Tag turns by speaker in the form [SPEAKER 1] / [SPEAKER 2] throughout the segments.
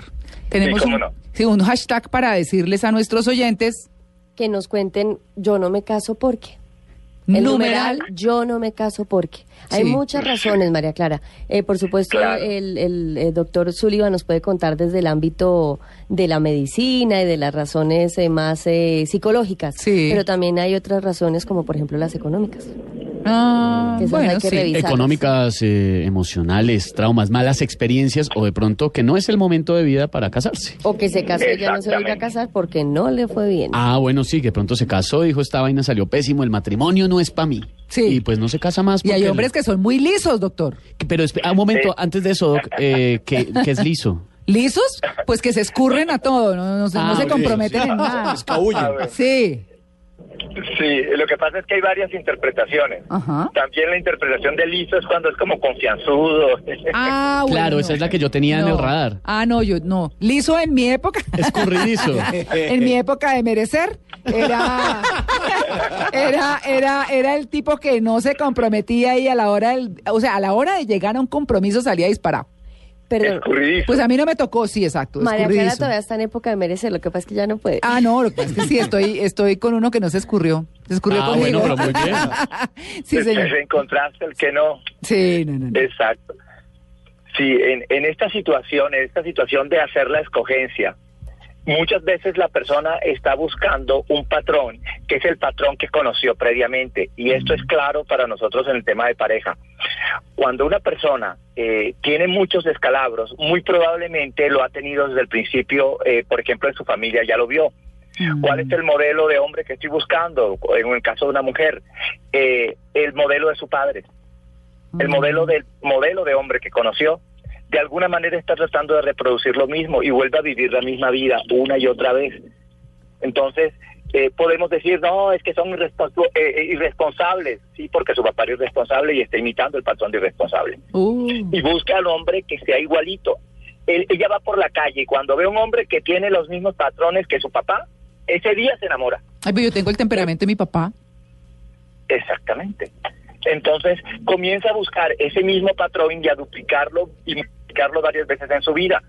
[SPEAKER 1] Tenemos
[SPEAKER 2] cómo
[SPEAKER 1] un,
[SPEAKER 2] no.
[SPEAKER 1] sí, un hashtag para decirles a nuestros oyentes.
[SPEAKER 3] Que nos cuenten, yo no me caso porque. El numeral, yo no me caso porque. Hay
[SPEAKER 1] Sí.
[SPEAKER 3] muchas razones, María Clara. Eh, por supuesto,
[SPEAKER 2] Claro.
[SPEAKER 3] el, el, eh, doctor Sullivan nos puede contar desde el ámbito de la medicina y de las razones eh, más eh, psicológicas.
[SPEAKER 1] Sí.
[SPEAKER 3] Pero también hay otras razones, como por ejemplo las económicas.
[SPEAKER 1] Ah,
[SPEAKER 3] Que esas
[SPEAKER 1] bueno,
[SPEAKER 3] hay que
[SPEAKER 1] sí.
[SPEAKER 3] revisar. Bizarras.
[SPEAKER 4] Económicas, eh, emocionales, traumas, malas experiencias o de pronto que no es el momento de vida para casarse.
[SPEAKER 3] O que se casó y ya no se volvió a
[SPEAKER 2] Exactamente.
[SPEAKER 3] casar porque no le fue bien.
[SPEAKER 4] Ah, bueno, sí, que de pronto se casó, dijo, esta vaina salió pésimo, el matrimonio no es para mí.
[SPEAKER 1] Sí.
[SPEAKER 4] Y pues no se casa más.
[SPEAKER 1] Y hay
[SPEAKER 4] porque-
[SPEAKER 1] hombres que son muy lisos, doctor.
[SPEAKER 4] Pero, espe- ah, un momento,
[SPEAKER 2] Eh.
[SPEAKER 4] antes de eso, Doc, eh, que, que es liso.
[SPEAKER 1] ¿Lisos? Pues que se escurren a todo, no, no se- no
[SPEAKER 4] Ah,
[SPEAKER 1] se
[SPEAKER 4] ok,
[SPEAKER 1] comprometen en nada.
[SPEAKER 2] A ver,
[SPEAKER 1] Sí.
[SPEAKER 2] sí, lo que pasa es que hay varias interpretaciones.
[SPEAKER 1] Ajá.
[SPEAKER 2] También la interpretación de listo es cuando es como confianzudo.
[SPEAKER 1] Ah, bueno.
[SPEAKER 4] Claro, esa es la que yo tenía en
[SPEAKER 1] No.
[SPEAKER 4] el radar.
[SPEAKER 1] Ah, no, yo no. Liso en mi época.
[SPEAKER 4] Escurridizo.
[SPEAKER 1] en mi época de merecer era, era era era el tipo que no se comprometía y a la hora del, o sea a la hora de llegar a un compromiso salía disparado
[SPEAKER 3] Perdón.
[SPEAKER 2] Escurridizo.
[SPEAKER 1] pues a mí no me tocó sí exacto
[SPEAKER 3] María Clara
[SPEAKER 1] escurridizo.
[SPEAKER 3] todavía está en época de merecer, lo que pasa es que ya no puede.
[SPEAKER 1] ah no lo que pasa es que sí estoy estoy con uno que no se escurrió se escurrió
[SPEAKER 4] Ah,
[SPEAKER 1] conmigo
[SPEAKER 4] bueno, pero muy bien.
[SPEAKER 1] sí señor
[SPEAKER 2] Encontraste el que no.
[SPEAKER 1] sí no no, no.
[SPEAKER 2] Exacto. Sí, en, en esta situación, en esta situación de hacer la escogencia, muchas veces la persona está buscando un patrón, que es el patrón que conoció previamente. Y esto es claro para nosotros en el tema de pareja. Cuando una persona eh, tiene muchos descalabros, muy probablemente lo ha tenido desde el principio, eh, por ejemplo, en su familia ya lo vio. ¿Cuál es el modelo de hombre que estoy buscando? En el caso de una mujer, eh, el modelo de su padre el modelo del modelo de hombre que conoció, de alguna manera está tratando de reproducir lo mismo y vuelve a vivir la misma vida una y otra vez. Entonces, eh, podemos decir, no, es que son irresponsu- eh, irresponsables, sí, porque su papá era irresponsable y está imitando el patrón de irresponsable.
[SPEAKER 1] Uh,
[SPEAKER 2] Y busca al hombre que sea igualito. Él- ella va por la calle y cuando ve a un hombre que tiene los mismos patrones que su papá, ese día se enamora.
[SPEAKER 1] ay, pero yo tengo el temperamento de mi papá.
[SPEAKER 2] Exactamente. Entonces comienza a buscar ese mismo patrón y a duplicarlo y multiplicarlo varias veces en su vida.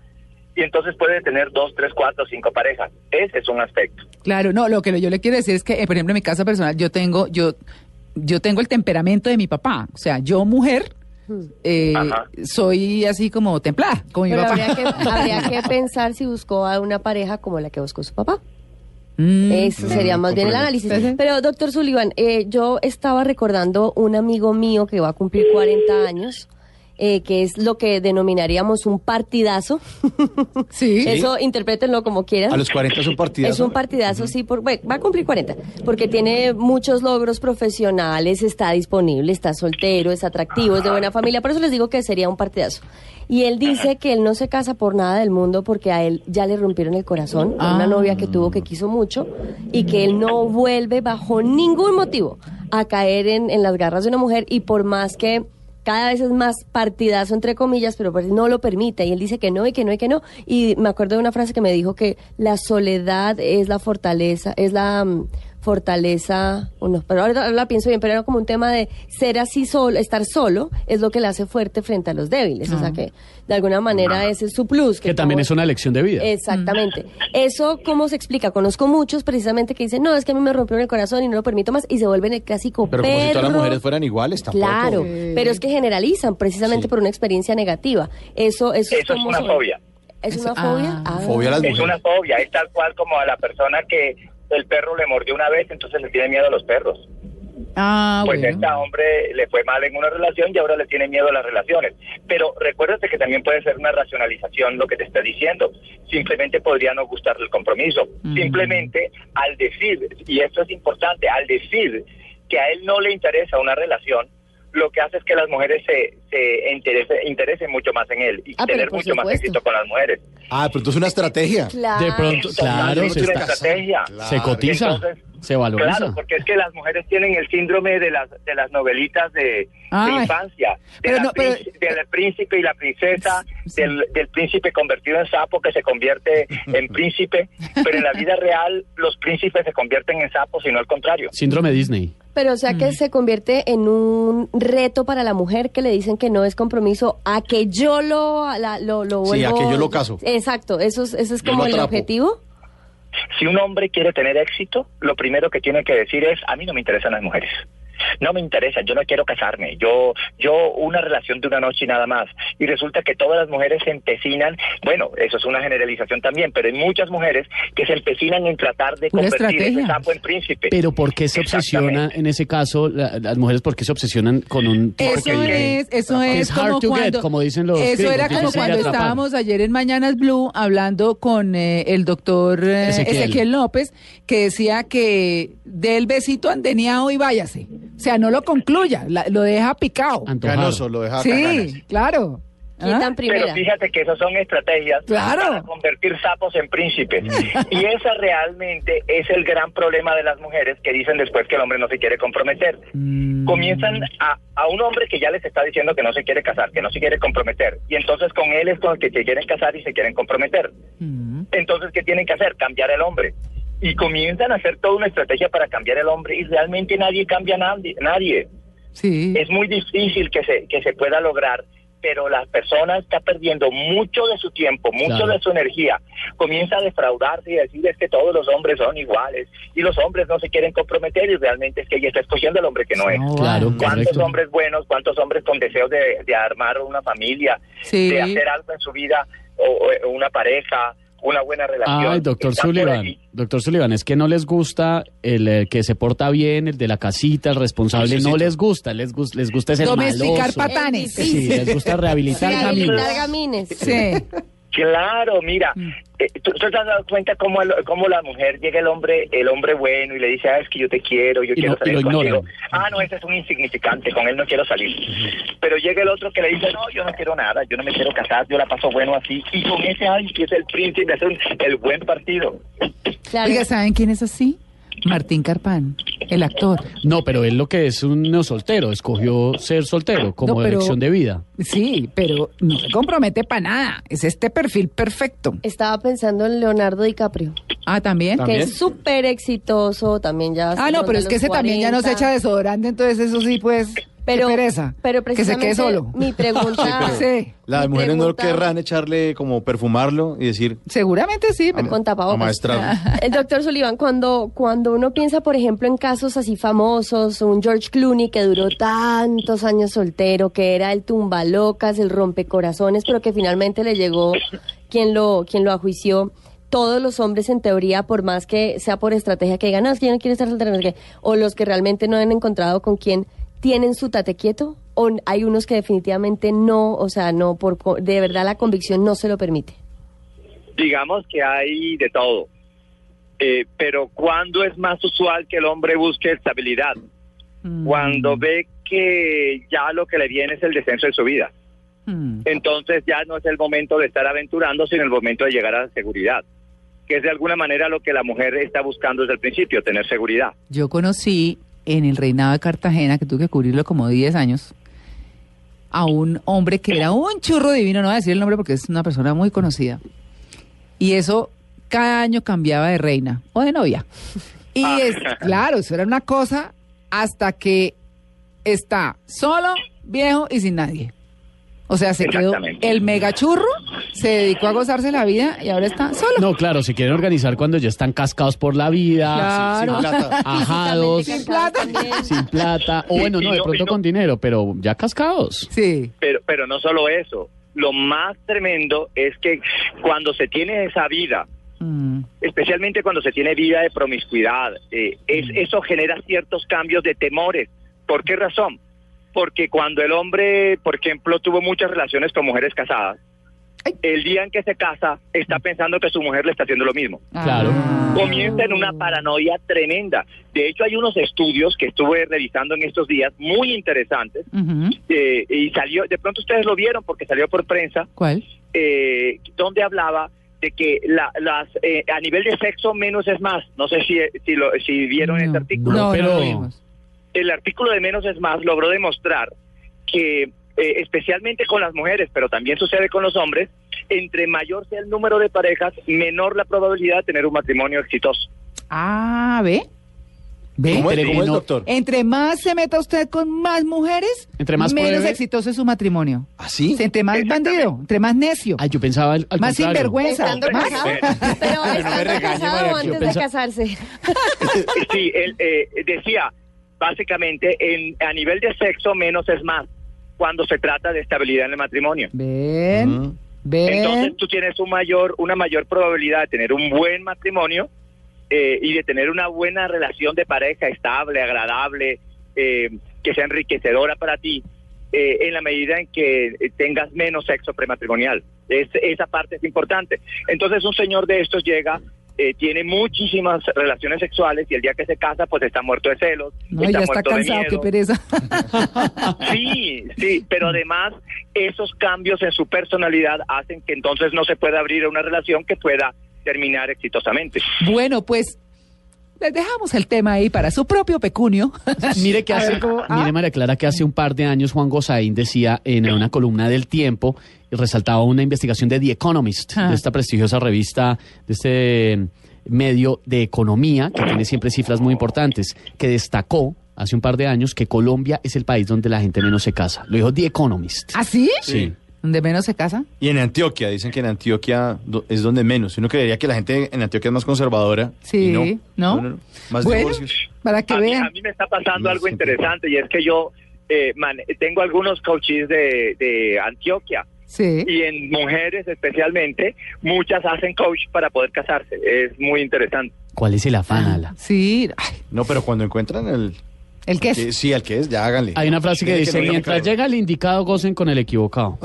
[SPEAKER 2] Y entonces puede tener dos, tres, cuatro, cinco parejas. Ese es un aspecto.
[SPEAKER 1] Claro, no, lo que yo le quiero decir es que, eh, por ejemplo, en mi casa personal, yo tengo, yo, yo tengo el temperamento de mi papá. O sea, yo mujer eh,
[SPEAKER 2] Ajá.
[SPEAKER 1] soy así como templada, como mi
[SPEAKER 3] Hmm. Pero
[SPEAKER 1] papá.
[SPEAKER 3] habría que, habría que pensar si buscó a una pareja como la que buscó su papá.
[SPEAKER 1] Mm,
[SPEAKER 3] Eso sería más bien el análisis. Pero, doctor Sullivan, eh, yo estaba recordando un amigo mío que va a cumplir 40 años, eh, que es lo que denominaríamos un partidazo.
[SPEAKER 1] sí.
[SPEAKER 3] Eso interprétenlo como quieran.
[SPEAKER 5] A los 40 es un partidazo.
[SPEAKER 3] Es un partidazo, sí, por, bueno, va a cumplir 40, porque tiene muchos logros profesionales, está disponible, está soltero, es atractivo, es de buena familia, por eso les digo que sería un partidazo. Y él dice que él no se casa por nada del mundo porque a él ya le rompieron el corazón, a
[SPEAKER 1] Ah.
[SPEAKER 3] una novia que tuvo
[SPEAKER 4] Mm.
[SPEAKER 3] que quiso mucho, y que él no vuelve bajo ningún motivo a caer en, en las garras de una mujer y por más que cada vez es más partidazo, entre comillas, pero pues no lo permite. Y él dice que no, y que no, y que no. Y me acuerdo de una frase que me dijo que la soledad es la fortaleza, es la mm, fortaleza, o no, pero ahora, ahora la pienso bien, pero era como un tema de ser así solo, estar solo, es lo que le hace fuerte frente a los débiles. O sea que, de alguna manera, ese es su plus.
[SPEAKER 4] Ah. Que también
[SPEAKER 3] como-
[SPEAKER 4] es una lección de vida.
[SPEAKER 3] Exactamente. Eso, ¿cómo se explica? Conozco muchos precisamente que dicen, no, es que a mí me rompieron el corazón y no lo permito más y se vuelven el clásico
[SPEAKER 5] Pero como si todas las
[SPEAKER 3] perro.
[SPEAKER 5] mujeres fueran iguales, tampoco.
[SPEAKER 3] Claro, pero es que generalizan precisamente por una experiencia negativa. Eso, eso,
[SPEAKER 2] Eso es
[SPEAKER 3] como
[SPEAKER 2] una
[SPEAKER 3] son-
[SPEAKER 2] fobia.
[SPEAKER 3] ¿Es
[SPEAKER 1] Eso-
[SPEAKER 3] una fobia?
[SPEAKER 1] ah.
[SPEAKER 3] Ah.
[SPEAKER 5] Fobia a las
[SPEAKER 2] Es una
[SPEAKER 5] mujeres.
[SPEAKER 2] fobia. Es tal cual como a la persona que el perro le mordió una vez, entonces le tiene miedo a los perros.
[SPEAKER 1] Ah,
[SPEAKER 2] pues a
[SPEAKER 1] bueno.
[SPEAKER 2] este hombre le fue mal en una relación y ahora le tiene miedo a las relaciones. Pero recuérdate que también puede ser una racionalización lo que te está diciendo. Simplemente podría no gustarle el compromiso.
[SPEAKER 3] Mm.
[SPEAKER 2] Simplemente al decir, y esto es importante, al decir que a él no le interesa una relación, lo que hace es que las mujeres se, se interese- interesen mucho más en él y
[SPEAKER 3] Ah, pero
[SPEAKER 2] tener
[SPEAKER 3] por
[SPEAKER 2] mucho más
[SPEAKER 3] supuesto.
[SPEAKER 2] éxito con las mujeres.
[SPEAKER 5] Ah, de pronto es una estrategia.
[SPEAKER 3] Claro.
[SPEAKER 4] De pronto,
[SPEAKER 2] Eso
[SPEAKER 4] claro,
[SPEAKER 2] también
[SPEAKER 4] se,
[SPEAKER 2] es una
[SPEAKER 4] está-
[SPEAKER 2] estrategia.
[SPEAKER 4] se cotiza,
[SPEAKER 2] Entonces,
[SPEAKER 4] se valoriza.
[SPEAKER 2] Claro, porque es que las mujeres tienen el síndrome de las de las novelitas de, de
[SPEAKER 1] Ay.
[SPEAKER 2] infancia, de
[SPEAKER 1] Pero
[SPEAKER 2] la
[SPEAKER 1] no, pero-
[SPEAKER 2] príncipe- del príncipe y la princesa, del, del príncipe convertido en sapo que se convierte en príncipe, pero en la vida real los príncipes se convierten en sapos y no al contrario.
[SPEAKER 4] Síndrome Disney.
[SPEAKER 3] Pero o sea que se convierte en un reto para la mujer que le dicen que no es compromiso a que yo lo, a la- lo, lo
[SPEAKER 5] Sí, a
[SPEAKER 3] vuelvo-
[SPEAKER 5] que yo lo caso.
[SPEAKER 3] Exacto, eso es, eso es
[SPEAKER 5] Yo
[SPEAKER 3] como
[SPEAKER 5] lo
[SPEAKER 3] el
[SPEAKER 5] atrapo.
[SPEAKER 3] objetivo.
[SPEAKER 2] Si un hombre quiere tener éxito, lo primero que tiene que decir es, a mí no me interesan las mujeres. No me interesa, yo no quiero casarme, yo, yo una relación de una noche y nada más. Y resulta que todas las mujeres se empecinan, bueno, eso es una generalización también, pero hay muchas mujeres que se empecinan en tratar de
[SPEAKER 1] Pura
[SPEAKER 2] convertir ese
[SPEAKER 1] estrategia.
[SPEAKER 2] sapo en príncipe.
[SPEAKER 4] Pero ¿por qué se obsesionan,
[SPEAKER 2] Exactamente.
[SPEAKER 4] en ese caso, la- las mujeres, por qué se obsesionan con un...
[SPEAKER 1] Eso
[SPEAKER 4] porque-
[SPEAKER 1] es, eso
[SPEAKER 4] Porque
[SPEAKER 1] es
[SPEAKER 4] es hard
[SPEAKER 1] como
[SPEAKER 4] to get,
[SPEAKER 1] cuando,
[SPEAKER 4] como dicen los
[SPEAKER 1] eso
[SPEAKER 4] gringos,
[SPEAKER 1] era
[SPEAKER 4] difícil
[SPEAKER 1] como
[SPEAKER 4] de
[SPEAKER 1] cuando
[SPEAKER 4] atrapar.
[SPEAKER 1] estábamos ayer en Mañanas Blue hablando con eh, el doctor eh,
[SPEAKER 4] Ezequiel.
[SPEAKER 1] Ezequiel. López que decía que dé el besito andeniado y váyase, o sea no lo concluya, la- lo deja picado.
[SPEAKER 4] Antojar.
[SPEAKER 5] Ganoso, lo deja
[SPEAKER 1] sí,
[SPEAKER 5] ganas.
[SPEAKER 1] claro. ¿Ah?
[SPEAKER 3] Quitan primera.
[SPEAKER 2] Pero fíjate que esas son estrategias
[SPEAKER 1] Claro.
[SPEAKER 2] para convertir sapos en príncipes. y esa realmente es el gran problema de las mujeres que dicen después que el hombre no se quiere comprometer. Comienzan a, a un hombre que ya les está diciendo que no se quiere casar, que no se quiere comprometer. Y entonces con él es con el que se quieren casar y se quieren comprometer. Entonces, ¿qué tienen que hacer? Cambiar el hombre. Y comienzan a hacer toda una estrategia para cambiar el hombre y realmente nadie cambia a nadie. nadie
[SPEAKER 1] Sí.
[SPEAKER 2] es muy difícil que se, que se pueda lograr, pero la persona está perdiendo mucho de su tiempo, mucho
[SPEAKER 4] Claro.
[SPEAKER 2] de su energía. Comienza a defraudarse y a decir es que todos los hombres son iguales y los hombres no se quieren comprometer y realmente es que ella está escogiendo al hombre que no es.
[SPEAKER 1] No,
[SPEAKER 4] Claro,
[SPEAKER 1] vale.
[SPEAKER 2] ¿Cuántos
[SPEAKER 4] correcto.
[SPEAKER 2] hombres buenos, cuántos hombres con deseos de, de armar una familia,
[SPEAKER 1] Sí.
[SPEAKER 2] de hacer algo en su vida, o, o una pareja, una buena relación?
[SPEAKER 4] Ay, doctor
[SPEAKER 2] Están por
[SPEAKER 4] Sullivan,
[SPEAKER 2] allí.
[SPEAKER 4] doctor Sullivan, es que no les gusta el eh, que se porta bien, el de la casita, el responsable,
[SPEAKER 5] Sí, sí,
[SPEAKER 4] no
[SPEAKER 5] sí.
[SPEAKER 4] les gusta, les, gus- les gusta ese
[SPEAKER 1] Domesticar
[SPEAKER 4] maloso.
[SPEAKER 1] patanes.
[SPEAKER 3] Sí,
[SPEAKER 4] Sí, les gusta rehabilitar
[SPEAKER 3] Rehabilitar
[SPEAKER 4] caminos.
[SPEAKER 3] gamines.
[SPEAKER 1] Sí.
[SPEAKER 4] Mm.
[SPEAKER 2] Claro, mira, eh, ¿tú, tú te has dado cuenta cómo, el- cómo la mujer llega el hombre el hombre bueno y le dice, ah, es que yo te quiero, yo
[SPEAKER 4] Y
[SPEAKER 2] quiero
[SPEAKER 4] lo- y
[SPEAKER 2] salir
[SPEAKER 4] lo
[SPEAKER 2] contigo"?
[SPEAKER 4] ignoran.
[SPEAKER 2] Ah, no, ese es un insignificante, con él no quiero salir. Pero llega el otro que le dice, no, yo no quiero nada, yo no me quiero casar, yo la paso bueno así. Y con ese, ay, que es el príncipe, es un- el buen partido.
[SPEAKER 3] Claro.
[SPEAKER 1] Oiga, ¿saben quién es así? Martín Carpán, el actor.
[SPEAKER 4] No, pero él lo que es un neosoltero, escogió ser soltero como
[SPEAKER 1] No, pero-
[SPEAKER 4] elección de vida.
[SPEAKER 1] Sí, pero no se compromete para nada. Es este perfil perfecto.
[SPEAKER 3] Estaba pensando en Leonardo DiCaprio,
[SPEAKER 1] Ah, también.
[SPEAKER 3] que
[SPEAKER 5] ¿También?
[SPEAKER 3] es súper exitoso, también ya...
[SPEAKER 1] Ah, no, pero es que ese también ya no se echa desodorante, entonces eso sí, pues,
[SPEAKER 3] pero,
[SPEAKER 1] qué pereza.
[SPEAKER 3] Pero
[SPEAKER 1] que se quede
[SPEAKER 3] precisamente
[SPEAKER 1] solo. pues.
[SPEAKER 3] Mi pregunta...
[SPEAKER 1] Sí,
[SPEAKER 5] Las
[SPEAKER 3] mi
[SPEAKER 5] mujeres no
[SPEAKER 3] pregunta-
[SPEAKER 5] querrán echarle como perfumarlo y decir,
[SPEAKER 1] seguramente sí.
[SPEAKER 5] eh,
[SPEAKER 1] pero-
[SPEAKER 3] Con tapabocas.
[SPEAKER 5] amaestrado.
[SPEAKER 3] Eh, Doctor Sullivan, cuando, cuando uno piensa, por ejemplo, en casos así famosos, un George Clooney que duró tantos años soltero, que era el tumbalocas, el rompecorazones, pero que finalmente le llegó quien lo, quien lo ajuició. Todos los hombres, en teoría, por más que sea por estrategia que digan, no, es que yo no quiero estar soltero, no sé qué", o los que realmente no han encontrado con quien tienen su tate quieto, o n- hay unos que definitivamente no, o sea, no, por, co- de verdad la convicción no se lo permite.
[SPEAKER 2] digamos que hay de todo. Eh, pero cuando es más usual que el hombre busque estabilidad?
[SPEAKER 1] Mm.
[SPEAKER 4] Mm.
[SPEAKER 2] Cuando ve que ya lo que le viene es el descenso de su vida.
[SPEAKER 1] Mm.
[SPEAKER 2] Entonces ya no es el momento de estar aventurando, sino el momento de llegar a la seguridad, que es de alguna manera lo que la mujer está buscando desde el principio, tener seguridad.
[SPEAKER 1] Yo conocí en el reinado de Cartagena, que tuve que cubrirlo como 10 años, a un hombre que era un churro divino, no voy a decir el nombre porque es una persona muy conocida. Y eso cada año cambiaba de reina o de novia. Y
[SPEAKER 2] Ah.
[SPEAKER 1] es, claro, eso era una cosa hasta que está solo, viejo y sin nadie. O sea, se quedó
[SPEAKER 2] Exactamente.
[SPEAKER 1] el mega churro, se dedicó a gozarse la vida y ahora está solo.
[SPEAKER 4] No, claro, se quieren organizar cuando ya están cascados por la vida,
[SPEAKER 1] claro.
[SPEAKER 5] Ah, sin plata.
[SPEAKER 4] ajados,
[SPEAKER 3] Físicamente
[SPEAKER 1] plata.
[SPEAKER 3] cansados también.
[SPEAKER 4] sin plata, o
[SPEAKER 2] Y-
[SPEAKER 4] bueno,
[SPEAKER 2] y
[SPEAKER 4] no, de
[SPEAKER 2] no- y
[SPEAKER 4] pronto
[SPEAKER 2] no-
[SPEAKER 4] con dinero, pero ya cascados.
[SPEAKER 1] Sí.
[SPEAKER 2] Pero, pero no solo eso, lo más tremendo es que cuando se tiene esa vida,
[SPEAKER 1] Mm.
[SPEAKER 2] especialmente cuando se tiene vida de promiscuidad. eh, es, eso genera ciertos cambios de temores. ¿Por qué razón? Porque cuando el hombre, por ejemplo, tuvo muchas relaciones con mujeres casadas,
[SPEAKER 1] Ay.
[SPEAKER 2] el día en que se casa está pensando que su mujer le está haciendo lo mismo.
[SPEAKER 4] Claro.
[SPEAKER 1] Ah.
[SPEAKER 2] Comienza en una paranoia tremenda. De hecho, hay unos estudios que estuve revisando en estos días muy interesantes
[SPEAKER 1] Ujú.
[SPEAKER 2] eh, y salió, de pronto ustedes lo vieron porque salió por prensa,
[SPEAKER 1] ¿Cuál?
[SPEAKER 2] eh, donde hablaba de que la- las eh, a nivel de sexo menos es más. No sé si si, lo- si vieron
[SPEAKER 1] No.
[SPEAKER 2] este artículo.
[SPEAKER 4] No, pero-
[SPEAKER 1] lo vimos.
[SPEAKER 2] El artículo de menos es más logró demostrar que eh, especialmente con las mujeres, pero también sucede con los hombres, entre mayor sea el número de parejas, menor la probabilidad de tener un matrimonio exitoso.
[SPEAKER 1] Ah, ¿ve? ¿Ve?
[SPEAKER 5] ¿Cómo es,
[SPEAKER 4] Pero
[SPEAKER 5] cómo es,
[SPEAKER 4] no-
[SPEAKER 5] doctor?
[SPEAKER 1] Entre más se meta usted con más mujeres,
[SPEAKER 4] Entre más
[SPEAKER 1] menos
[SPEAKER 4] pruebe.
[SPEAKER 1] exitoso es su matrimonio.
[SPEAKER 5] ¿Así?
[SPEAKER 1] Entre más bandido, entre más necio,
[SPEAKER 4] Ay, yo pensaba al, al
[SPEAKER 1] más
[SPEAKER 4] contrario.
[SPEAKER 1] sinvergüenza.
[SPEAKER 3] Estando
[SPEAKER 1] más-
[SPEAKER 3] casado, pero
[SPEAKER 5] me
[SPEAKER 3] estando
[SPEAKER 5] regañe,
[SPEAKER 3] casado
[SPEAKER 5] María,
[SPEAKER 3] o
[SPEAKER 5] que
[SPEAKER 3] antes
[SPEAKER 5] yo
[SPEAKER 3] de
[SPEAKER 4] pensaba-
[SPEAKER 3] casarse.
[SPEAKER 2] Sí, él eh, decía básicamente en, a nivel de sexo menos es más cuando se trata de estabilidad en el matrimonio.
[SPEAKER 1] Ven,
[SPEAKER 5] Mm.
[SPEAKER 1] ven.
[SPEAKER 2] Entonces tú tienes un mayor, una mayor probabilidad de tener un buen matrimonio eh, y de tener una buena relación de pareja estable, agradable, eh, que sea enriquecedora para ti, eh, en la medida en que eh, tengas menos sexo prematrimonial. Es- esa parte es importante. Entonces un señor de estos llega, eh, tiene muchísimas relaciones sexuales y el día que se casa pues está muerto de celos,
[SPEAKER 1] no,
[SPEAKER 2] está
[SPEAKER 1] ya está
[SPEAKER 2] muerto de
[SPEAKER 1] cansado, qué
[SPEAKER 2] miedo.
[SPEAKER 1] pereza.
[SPEAKER 2] Sí, sí, pero además esos cambios en su personalidad hacen que entonces no se pueda abrir a una relación que pueda terminar exitosamente.
[SPEAKER 1] bueno, pues les dejamos el tema ahí para su propio pecunio.
[SPEAKER 4] Mire que
[SPEAKER 1] A
[SPEAKER 4] hace,
[SPEAKER 1] ver, ¿cómo? Ah.
[SPEAKER 4] mire María Clara que hace un par de años Juan Gosaín decía en una columna del Tiempo y resaltaba una investigación de The Economist,
[SPEAKER 1] Ah.
[SPEAKER 4] de esta prestigiosa revista, de este medio de economía que tiene siempre cifras muy importantes, que destacó hace un par de años que Colombia es el país donde la gente menos se casa. Lo dijo The Economist.
[SPEAKER 1] ¿Así?
[SPEAKER 4] Sí.
[SPEAKER 1] ¿Ah, Donde menos se casa.
[SPEAKER 5] Y en Antioquia, dicen que en Antioquia do- es donde menos. Uno creería que la gente en Antioquia es más conservadora.
[SPEAKER 1] Sí,
[SPEAKER 5] y no,
[SPEAKER 1] ¿no?
[SPEAKER 5] Más
[SPEAKER 1] Bueno,
[SPEAKER 5] divorcios.
[SPEAKER 1] para Ah, que
[SPEAKER 2] a, mí,
[SPEAKER 1] vean.
[SPEAKER 2] a mí me está pasando
[SPEAKER 5] No,
[SPEAKER 2] algo
[SPEAKER 5] sí,
[SPEAKER 2] interesante y es que yo eh, man- tengo algunos coaches de, de Antioquia
[SPEAKER 1] Sí.
[SPEAKER 2] y en mujeres especialmente, muchas hacen coach para poder casarse. Es muy interesante.
[SPEAKER 1] Ah.
[SPEAKER 4] ¿Cuál es el afán, Ala?
[SPEAKER 1] Sí. Ay,
[SPEAKER 5] No, pero cuando encuentran el,
[SPEAKER 1] El que es.
[SPEAKER 5] Que- sí, al que es, ya háganle.
[SPEAKER 4] Hay una frase que
[SPEAKER 5] Tiene
[SPEAKER 4] dice,
[SPEAKER 5] no
[SPEAKER 4] mientras
[SPEAKER 5] equivocarse.
[SPEAKER 4] llega el indicado, gocen con el equivocado.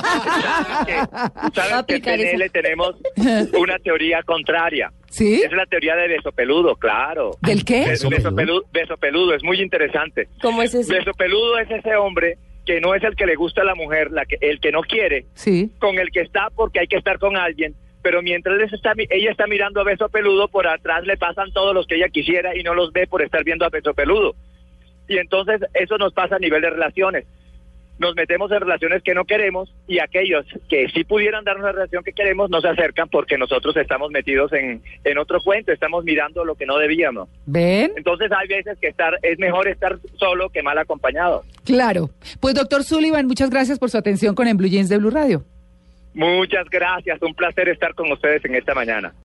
[SPEAKER 2] ¿Sabes que-
[SPEAKER 3] Voy a
[SPEAKER 2] ¿Sabes que en
[SPEAKER 3] aplicar esa.
[SPEAKER 2] PNL tenemos una teoría contraria?
[SPEAKER 1] ¿Sí?
[SPEAKER 2] Es la teoría de beso peludo, claro.
[SPEAKER 1] ¿Del qué?
[SPEAKER 2] Beso,
[SPEAKER 4] peludo?
[SPEAKER 2] beso peludo, beso peludo, es muy interesante.
[SPEAKER 3] ¿Eh? ¿Cómo es eso?
[SPEAKER 2] Beso peludo es ese hombre que no es el que le gusta a la mujer, la que, el que no quiere,
[SPEAKER 1] Sí.
[SPEAKER 2] con el que está porque hay que estar con alguien. Pero mientras él está mi- ella está mirando a beso peludo, por atrás le pasan todos los que ella quisiera y no los ve por estar viendo a beso peludo. Y entonces eso nos pasa a nivel de relaciones. Nos metemos en relaciones que no queremos y aquellos que sí pudieran darnos la relación que queremos no se acercan porque nosotros estamos metidos en, en otro cuento, estamos mirando lo que no debíamos.
[SPEAKER 1] ¿Ven?
[SPEAKER 2] Entonces hay veces que estar es mejor estar solo que mal acompañado.
[SPEAKER 1] Claro. Pues, doctor Sullivan, muchas gracias por su atención con En Blue Jeans de Blue Radio.
[SPEAKER 2] Muchas gracias, un placer estar con ustedes en esta mañana.